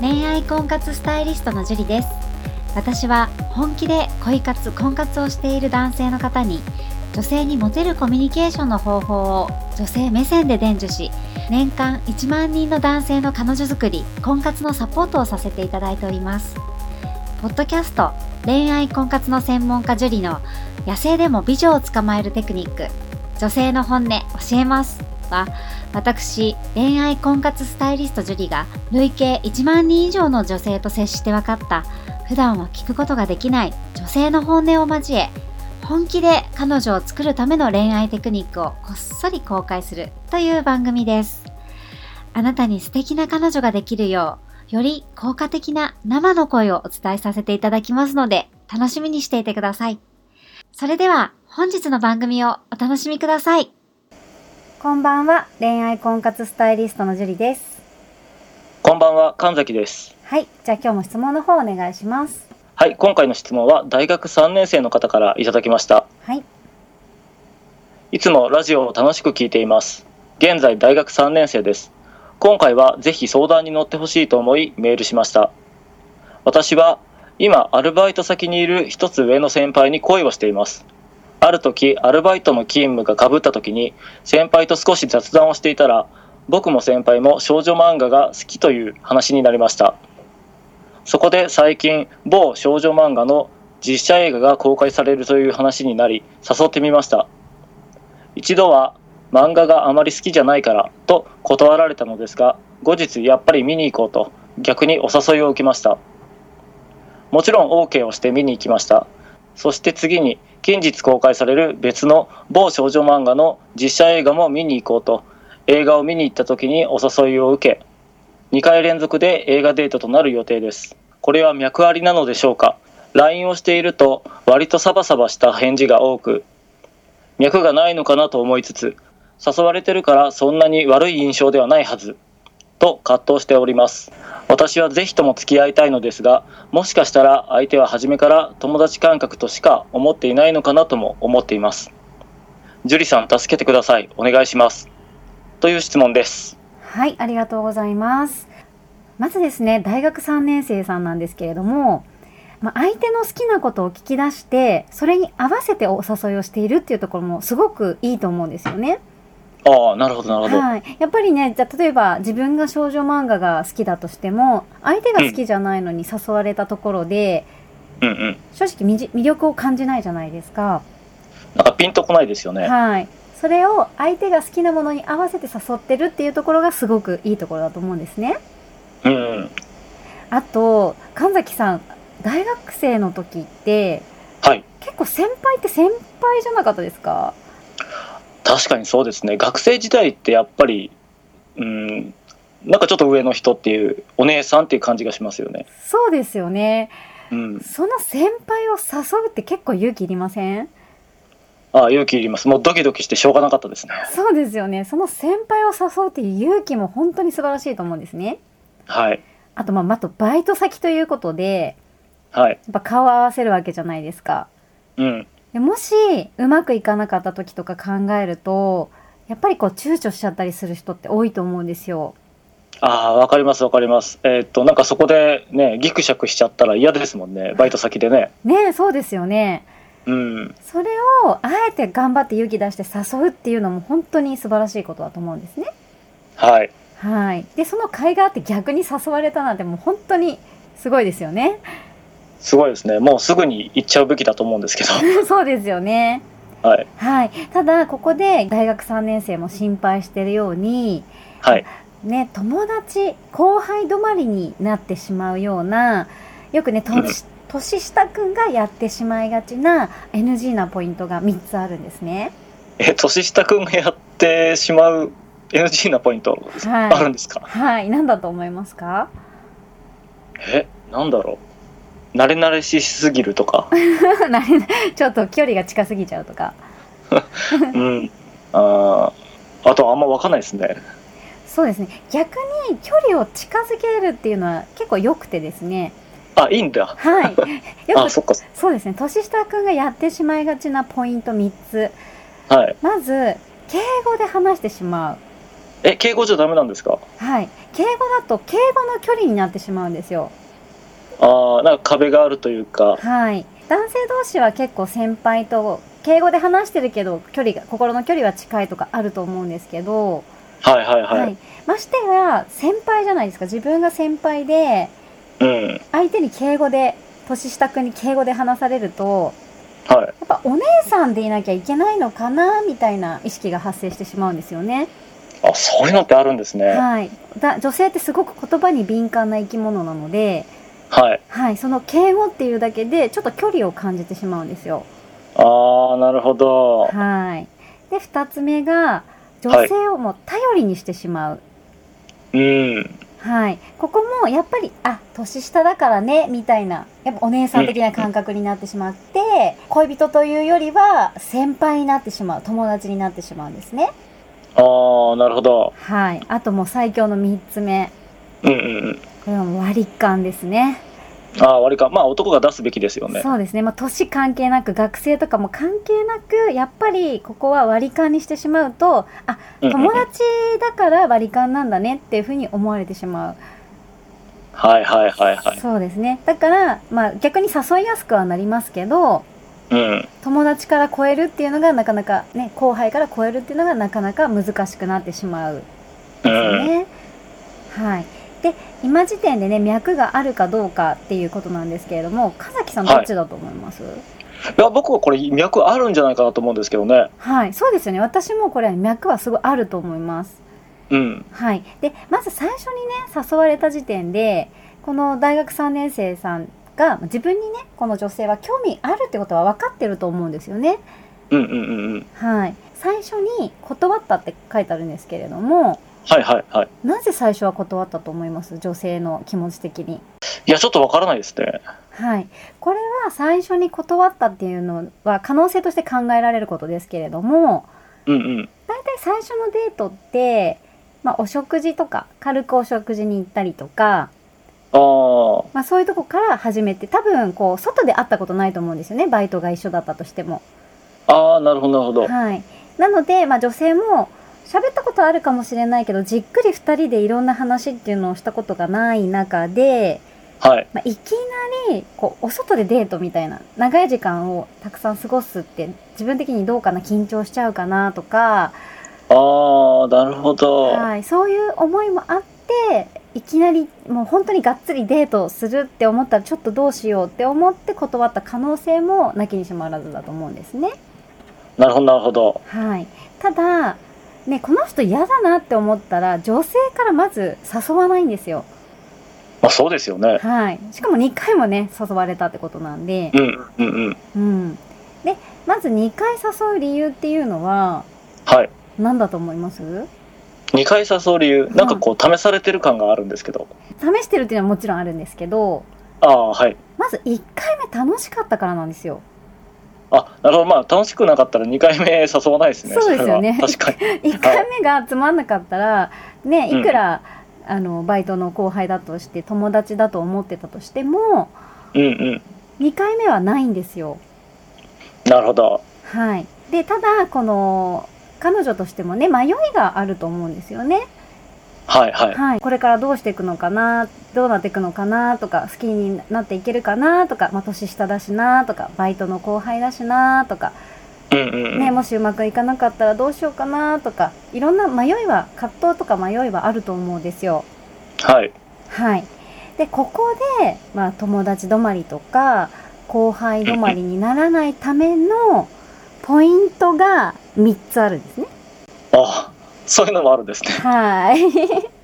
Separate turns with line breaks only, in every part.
恋愛婚活スタイリストのジュリです私は本気で恋活婚活をしている男性の方に女性にモテるコミュニケーションの方法を女性目線で伝授し年間1万人の男性の彼女作り婚活のサポートをさせていただいておりますポッドキャスト恋愛婚活の専門家ジュリの野生でも美女を捕まえるテクニック女性の本音教えますは私恋愛婚活スタイリストジュリが累計1万人以上の女性と接して分かった普段は聞くことができない女性の本音を交え本気で彼女を作るための恋愛テクニックをこっそり公開するという番組ですあなたに素敵な彼女ができるようより効果的な生の声をお伝えさせていただきますので楽しみにしていてくださいそれでは本日の番組をお楽しみくださいこんばんは恋愛婚活スタイリストのジュリです
こんばんは、神崎です。
はいじゃあ今日も質問の方お願いします
はい、今回の質問は大学3年生の方からいただきました。
はい
いつもラジオを楽しく聞いています。現在大学3年生です。今回はぜひ相談に乗ってほしいと思いメールしました。私は今アルバイト先にいる一つ上の先輩に恋をしています。ある時アルバイトの勤務がかぶった時に先輩と少し雑談をしていたら僕も先輩も少女漫画が好きという話になりました。そこで最近某少女漫画の実写映画が公開されるという話になり誘ってみました。一度は漫画があまり好きじゃないからと断られたのですが後日やっぱり見に行こうと逆にお誘いを受けましたもちろん OK をして見に行きましたそして次に近日公開される別の某少女漫画の実写映画も見に行こうと映画を見に行った時にお誘いを受け2回連続で映画デートとなる予定ですこれは脈ありなのでしょうか LINE をしていると割とサバサバした返事が多く脈がないのかなと思いつつ誘われてるからそんなに悪い印象ではないはずと葛藤しております私はぜひとも付き合いたいのですがもしかしたら相手は初めから友達感覚としか思っていないのかなとも思っています樹里さん助けてくださいお願いしますという質問です
はい、ありがとうございます。まずですね、大学3年生さんなんですけれども、まあ、相手の好きなことを聞き出して、それに合わせてお誘いをしているっていうところもすごくいいと思うんですよね。
ああなるほどなるほど
はい。やっぱりね、じゃあ例えば自分が少女漫画が好きだとしても、相手が好きじゃないのに誘われたところで、
うんうん
正直みじ魅力を感じないじゃないですか。
なんかピンとこないですよね、
はい。それを相手が好きなものに合わせて誘ってるっていうところがすごくいいところだと思うんですね。
うんうん
あと神崎さん大学生の時って
はい
結構先輩って先輩じゃなかったですか
確かにそうですね学生時代ってやっぱりうんなんかちょっと上の人っていうお姉さんっていう感じがしますよね
そうですよね
うん
その先輩を誘うって結構勇気いりません
ああ勇気いりますもうドキドキしてしょうがなかったですね
そうですよねその先輩を誘うっていう勇気も本当に素晴らしいと思うんですね
はい
あとまあまたバイト先ということで
はい
やっぱ顔を合わせるわけじゃないですか
うん
でもしうまくいかなかった時とか考えるとやっぱりこう躊躇しちゃったりする人って多いと思うんですよ
ああわかりますわかりますえーっとなんかそこでねギクシャクしちゃったら嫌ですもんねバイト先でね
ねえそうですよね
うん
それをあえて頑張って勇気出して誘うっていうのも本当に素晴らしいことだと思うんですね。
はい
はい。で、その会があって逆に誘われたなんてもう本当にすごいですよね。
すごいですねもうすぐに行っちゃうべきだと思うんですけど
そうですよね。
はい
はい。ただ、ここで大学3年生も心配してるように、
はい
ね、友達、後輩止まりになってしまうような、よくね、とし年下くんがやってしまいがちな NG なポイントが3つあるんですね。
え年下くんがやってしまう NG なポイント
はい。
あるんですか、
はい。何だと思いますか
えなんだろう慣れ慣れしすぎると か
なれないちょっと距離が近すぎちゃうとか
うんあーあとあんまわかんないですね
そうですね逆に距離を近づけるっていうのは結構良くてですね
あいいんだ
はい よ
あ
く
そっか
そうですね年下くんがやってしまいがちなポイント3つ
はい
まず敬語で話してしまう
え、敬語じゃダメなんですか
はい、敬語だと敬語の距離になってしまうんですよ。
ああ、なんか壁があるというか。
はい、男性同士は結構先輩と敬語で話してるけど距離が心の距離は近いとかあると思うんですけど、
はいはいはい。
ましてや先輩じゃないですか自分が先輩で
うん。
相手に敬語で年下くんに敬語で話されると
はい。
やっぱお姉さんでいなきゃいけないのかなみたいな意識が発生してしまうんですよね。
あ、そういうのってあるんですね。は
はい、だ女性ってすごく言葉に敏感な生き物なので、
い。
はい、その敬語っていうだけでちょっと距離を感じてしまうんですよ。
ああ、なるほど。
はい、で2つ目が女性をもう頼りにしてしまう、
うん。
はいここもやっぱりあ年下だからねみたいなやっぱお姉さん的な感覚になってしまって、恋人というよりは先輩になってしまう友達になってしまうんですね。
ああ、なるほど。
はい、あともう最強の3つ目
うんうんうん。
これはもう割り勘ですね。
ああ、割りか。まあ男が出すべきですよね。
そうですね、まあ、年関係なく学生とかも関係なくやっぱりここは割り勘にしてしまうとあ
うんうんうん
友達だから割り勘なんだねっていうふうに思われてしまう、
はいはいはいはい。
そうですねだから、まあ、逆に誘いやすくはなりますけど
うん。
友達から超えるっていうのがなかなか、ね、後輩から超えるっていうのがなかなか難しくなってしまう
う
です
ん。
ね。はいで今時点でね脈があるかどうかっていうことなんですけれども神崎さんどっちだと思います、
いや、僕はこれ脈あるんじゃないかなと思うんですけどね。
はい、そうですよね。私もこれは脈はすごいあると思います。
うん。
はい。で、まず最初にね、誘われた時点で、この大学3年生さんが自分にね、この女性は興味あるってことは分かってると思うんですよね。
うんうんうんうん。
はい。最初に断ったって書いてあるんですけれども、
はいはいはい。
なぜ最初は断ったと思います女性の気持ち的に。
いや、ちょっとわからないですね。
はい。これは最初に断ったっていうのは可能性として考えられることですけれども、
うんうん。
大体最初のデートって、まあ、お食事とか軽くお食事に行ったりとか、
ああ。
まあ、そういうとこから始めて多分こう外で会ったことないと思うんですよねバイトが一緒だったとしても。
ああ、なるほどなるほど。
はい、なので、まあ、女性も喋ったことあるかもしれないけどじっくり2人でいろんな話っていうのをしたことがない中で、
はい。
まあ、いきなりこうお外でデートみたいな長い時間をたくさん過ごすって自分的にどうかな緊張しちゃうかなとか
ああ、なるほど。
はい、そういう思いもあっていきなりもう本当にがっつりデートするって思ったらちょっとどうしようって思って断った可能性もなきにしもあらずだと思うんですね。
なるほどなるほど。
はい、ただ、ね、この人嫌だなって思ったら女性からまず誘わないんですよ。
まあそうですよね。
はい、しかも2回もね誘われたってことなんで
う、んうんうん。
うん、でまず2回誘う理由っていうのは
はい。
何だと思います
二回誘う理由、なんかこう試されてる感があるんですけど。
試してるっていうのはもちろんあるんですけど
ああ、はい。
まず1回目楽しかったからなんですよ。
あ、なるほど。まあ、楽しくなかったら2回目誘わないですね。
そうですよね
それは確かに。
1回目がつまんなかったら、ね、
うん
いくら、あのバイトの後輩だとして友達だと思ってたとしても
うんうん。
2回目はないんですよ。
なるほど。
はい、でただこの彼女としてもね迷いがあると思うんですよね、
はいはい。
はい、これからどうしていくのかなどうなっていくのかなとか好きになっていけるかなとか、まあ、年下だしなとかバイトの後輩だしなとか、
うんうんうん。
ね、もしうまくいかなかったらどうしようかなとかいろんな迷いは葛藤とか迷いはあると思うんですよ。
はい。
はい。で、ここで、まあ、友達止まりとか、後輩止まりにならないためのポイントが3つあるんですね。
あそういうのもあるんですね。
はい。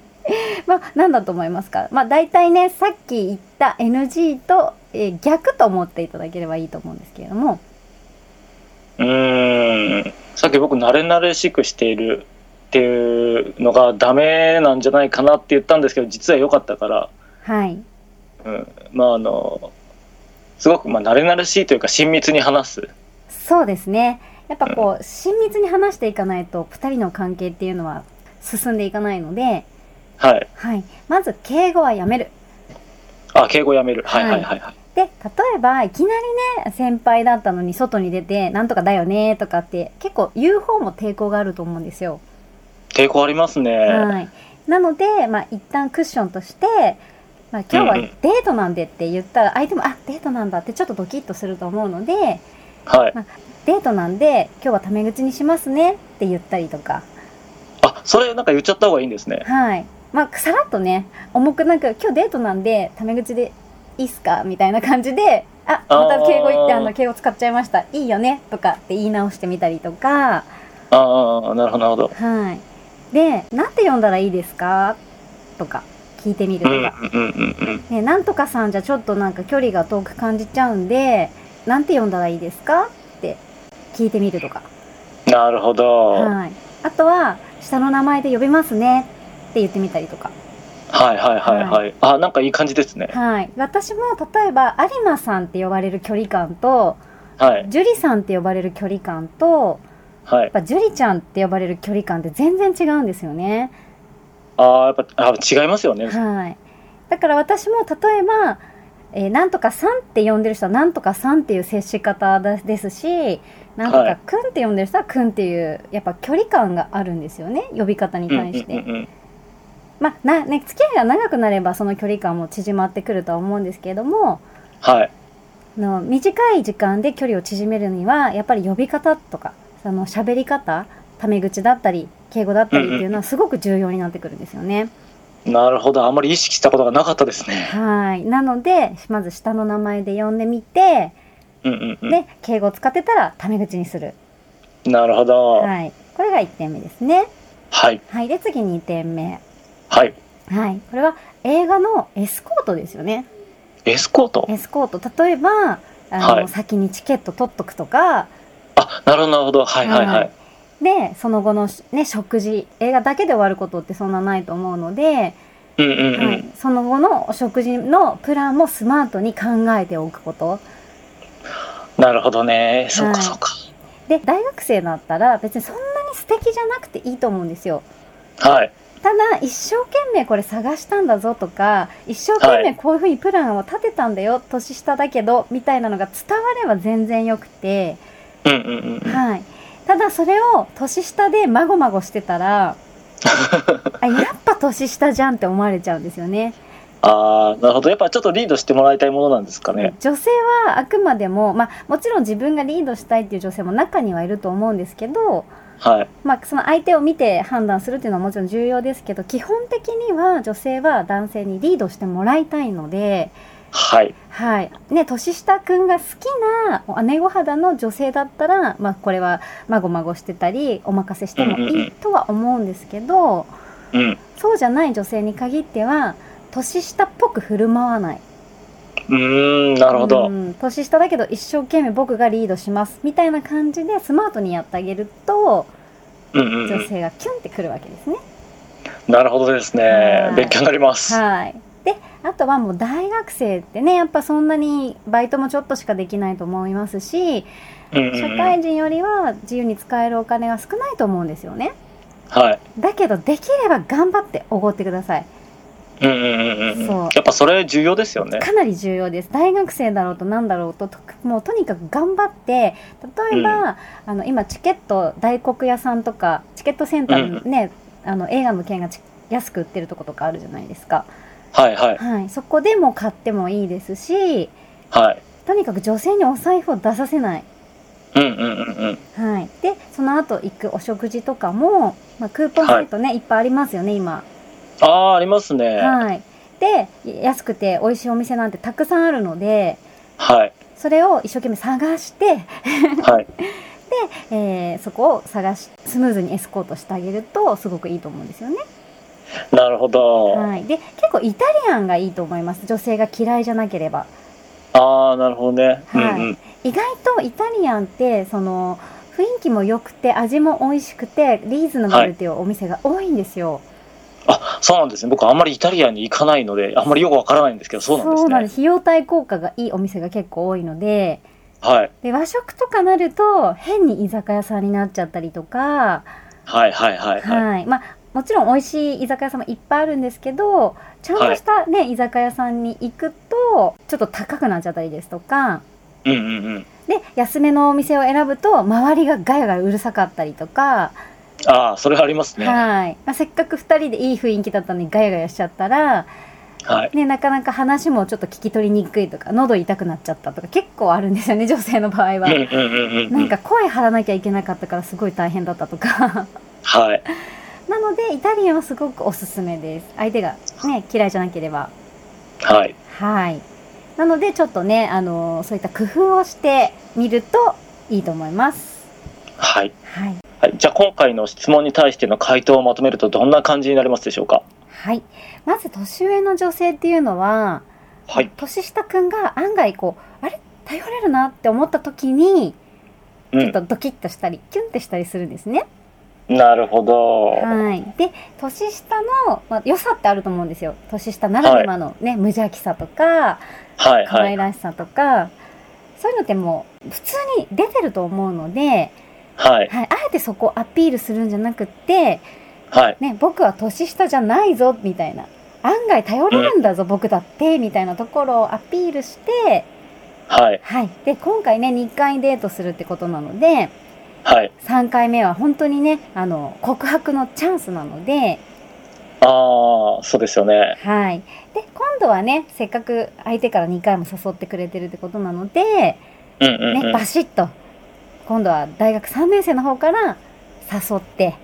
まあ、なんだと思いますかまあ、大体ね、さっき言った NG と、えー逆と思っていただければいいと思うんですけれども、
うーん。さっき僕、慣れ慣れしくしているっていうのがダメなんじゃないかなって言ったんですけど、実は良かったから、
はい。
うん。まあ、あの、すごく、まあ、慣れ慣れしいというか、親密に話す。
そうですね。やっぱこう、親密に話していかないと、2人の関係っていうのは進んでいかないので、
はい。
はい。まず、敬語はやめる。
あ、敬語やめる。はい
はい
はいはいはい。
で例えばいきなりね先輩だったのに外に出て「なんとかだよね」とかって結構言う方も抵抗があると思うんですよ。
抵抗ありますね。
はい、なので、まあ、一旦クッションとして、まあ、今日は
うんうん
デートなんでって言ったら相手も「あデートなんだ」ってちょっとドキッとすると思うので
はい。
デートなんで今日はタメ口にしますねって言ったりとか、
あ、それなんか言っちゃった方がいいんですね。
はいまあ、さらっとね重くなく「今日デートなんでタメ口でいいっすか?」みたいな感じで「あまた敬語言って
あー
あの敬語使っちゃいましたいいよね」とかって言い直してみたりとか。
ああ、なるほど、なるほど。
はい、で「なんて呼んだらいいですか?」とか聞いてみる
う
と
ん、うん
か、、
うん、うん。
ね、なんとかさんじゃちょっとなんか距離が遠く感じちゃうんで「なんて呼んだらいいですか?」って聞いてみるとか、
なるほど。はい、
はい、あとは「下の名前で呼びますね」って言ってみたりとか、
はい、はい、はい。あ、なんかいい感じですね。
はい、私も例えば有馬さんって呼ばれる距離感と
はい、
樹里さんって呼ばれる距離感と
はい。
やっぱ樹里ちゃんって呼ばれる距離感って全然違うんですよね。
ああ、やっぱ、あ、違いますよね。
はい、だから私も例えば、えーなんとかさんって呼んでる人はなんとかさんっていう接し方だですしなんと
は
か
い
くんって呼んでる人はくんっていうやっぱ距離感があるんですよね呼び方に
うん、うん、
対して、
うん、うん。
まあな、ね、付き合いが長くなればその距離感も縮まってくるとは思うんですけれども
はい。
あの短い時間で距離を縮めるにはやっぱり呼び方とかその喋り方タメ口だったり敬語だったりっていうのはすごく重要になってくるんですよね。
なるほど。あんまり意識したことがなかったですね。
はい。なので、まず下の名前で呼んでみて、
うん、うん、うん。
で、敬語を使ってたらタメ口にする。
なるほど。
はい。これが1点目ですね。
はい、
はい。で、次2点目。
はい。
はい。これは映画のエスコートですよね。
エスコート。
エスコート。例えば、あの、
はい
先にチケット取っとくとか、
あ、なるほど、なるほど。はい、はい、はい。
で、その後のしね、食事、映画だけで終わることってそんなないと思うので、
うん、うん、う
はい
ん。、
その後のお食事のプランもスマートに考えておくこと。
なるほどね。そう
は
か、
い
そうか。
で、大学生だったら別にそんなに素敵じゃなくていいと思うんですよ。
はい。
ただ一生懸命これ探したんだぞとか一生懸
は
命こういうふうにプランを立てたんだよ、年下だけどみたいなのが伝われば全然よくて、
うん、うん、うん うん。
はい、ただそれを年下でまごまごしてたらあやっぱ年下じゃんって思われちゃうんですよね
ああ、なるほど。やっぱちょっとリードしてもらいたいものなんですかね。
女性はあくまでも、まあ、もちろん自分がリードしたいっていう女性も中にはいると思うんですけど、
はい。
まあ、その相手を見て判断するっていうのはもちろん重要ですけど基本的には女性は男性にリードしてもらいたいので。
はい。
はい。ね、年下くんが好きな姉御肌の女性だったら、まあこれはまごまごしてたり、お任せしても
うんうんう
い
ん
いとは思うんですけど、
うん。
そうじゃない女性に限っては、年下っぽく振る舞わない。
うーん、なるほど
う。ん年下だけど一生懸命僕がリードします。みたいな感じでスマートにやってあげると、
うん、うんう
女
ん。
性がキュンってくるわけですね。
なるほどです
は
ね
い。
勉強になります。
はい。で、あとはもう大学生ってね、やっぱそんなにバイトもちょっとしかできないと思いますし、
うん、うんう
社
ん。
会人よりは自由に使えるお金が少ないと思うんですよね
はい。
だけどできれば頑張っておごってください
うん、うん、うんうんうん。
そう
やっぱそれ重要ですよね。
かなり重要です大学生だろうとなんだろうとともうとにかく頑張って例えば、あの今チケット大黒屋さんとかチケットセンターでね、あの映画の券がち安く売ってるとことかあるじゃないですか、
はい、はい。
はい、そこでも買ってもいいですし
はい。
とにかく女性にお財布を出させない
うん、うん、うん、うん。
はい、でその後行くお食事とかも、まあ、クーポンサイトね、い、っぱいありますよね今、
ああ、ありますね。
はい、で安くて美味しいお店なんてたくさんあるので
はい。
それを一生懸命探して、
はい。
えーそこを探しスムーズにエスコートしてあげるとすごくいいと思うんですよね、
なるほど。
はい、で結構イタリアンがいいと思います女性が嫌いじゃなければ
ああ、なるほどね。うん、
はい
うん。
意外とイタリアンってその雰囲気も良くて味も美味しくてリーズナブルっていうお店が多いんですよ、
あ、そうなんですね。僕あんまりイタリアンに行かないので、あんまりよくわからないんですけど、そうなんですね。
費用対効果がいいお店が結構多いので
はい。
で和食とかなると変に居酒屋さんになっちゃったりとか、
はい、はい、はい、はい。
はいまあ、もちろん美味しい居酒屋さんもいっぱいあるんですけどちゃんとした、ね居酒屋さんに行くとちょっと高くなっちゃったりですとか
うん、うん、うん。
で安めのお店を選ぶと周りがガヤガヤうるさかったりとか、
ああ、それはありますね。は
はいまあ、せっかく2人でいい雰囲気だったのにガヤガヤしちゃったら、
い。
ね、なかなか話もちょっと聞き取りにくいとか喉痛くなっちゃったとか結構あるんですよね女性の場合
うん
は。
うんうんうんうん。
なんか声張らなきゃいけなかったからすごい大変だったとか
はい。
なのでイタリアンはすごくおすすめです相手が、ね、嫌いじゃなければ
はい。
はいなのでちょっとねあのそういった工夫をしてみるといいと思います
はい。
はい
はい、じゃあ今回の質問に対しての回答をまとめるとどんな感じになりますでしょうか
はい、まず年上の女性っていうのは、
はい。
年下くんが案外こうあれ頼れるなって思った時に
う
ちょっ
ん。
とドキッとしたり、キュンってしたりするんですね。
なるほど。
はい、で年下の、まあ、良さってあると思うんですよ年下ならではの、ね無邪気さとか
はい
可
は
愛
い。
らしさとか、そういうのってもう普通に出てると思うので、
はい。
はい、あえてそこをアピールするんじゃなくって、
はい。
ね、僕は年下じゃないぞみたいな案外頼れるんだぞ、僕だってみたいなところをアピールして、
はい。
はい、で今回ね2回デートするってことなので
はい。
3回目は本当にねあの告白のチャンスなので、
ああ、そうですよね。
はい、で今度はねせっかく相手から2回も誘ってくれてるってことなので、
うんうん
ね
うん。
バシッと今度は大学3年生の方から誘って、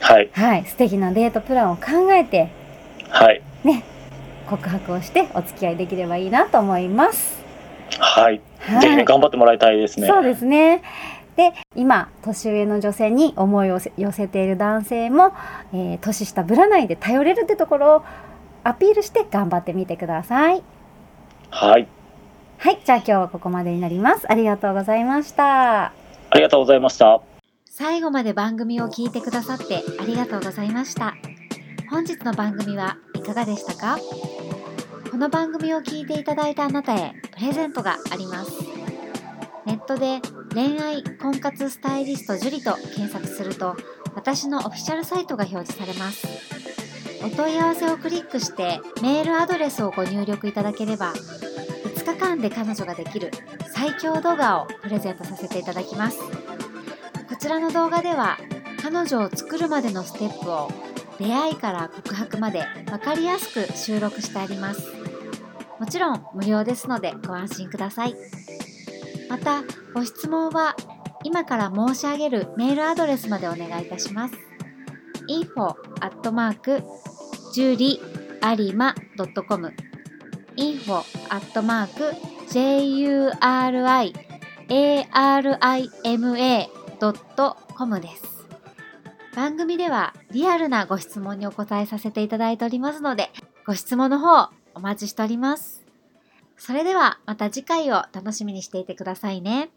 はい。
はい、素敵なデートプランを考えて
はい。
告白をしてお付き合いできればいいなと思います。
はい。
はい、
ぜひね、頑張ってもらいたいですね。
そうですね。で、今、年上の女性に思いを寄せている男性も、えー年下ぶらないで頼れるってところをアピールして頑張ってみてください。
はい。
はい、じゃあ今日はここまでになります。ありがとうございました。
ありがとうございました。
最後まで番組を聞いてくださってありがとうございました本日の番組はいかがでしたかこの番組を聞いていただいたあなたへプレゼントがありますネットで恋愛婚活スタイリスト樹里と検索すると私のオフィシャルサイトが表示されますお問い合わせをクリックしてメールアドレスをご入力いただければ5日間で彼女ができる最強動画をプレゼントさせていただきますこちらの動画では彼女を作るまでのステップを出会いから告白まで分かりやすく収録してありますもちろん無料ですのでご安心くださいまたご質問は今から申し上げるメールアドレスまでお願いいたします info at mark juriarima.com info at mark juriarima .com です。番組ではリアルなご質問にお答えさせていただいておりますので、ご質問の方お待ちしております。それではまた次回を楽しみにしていてくださいね。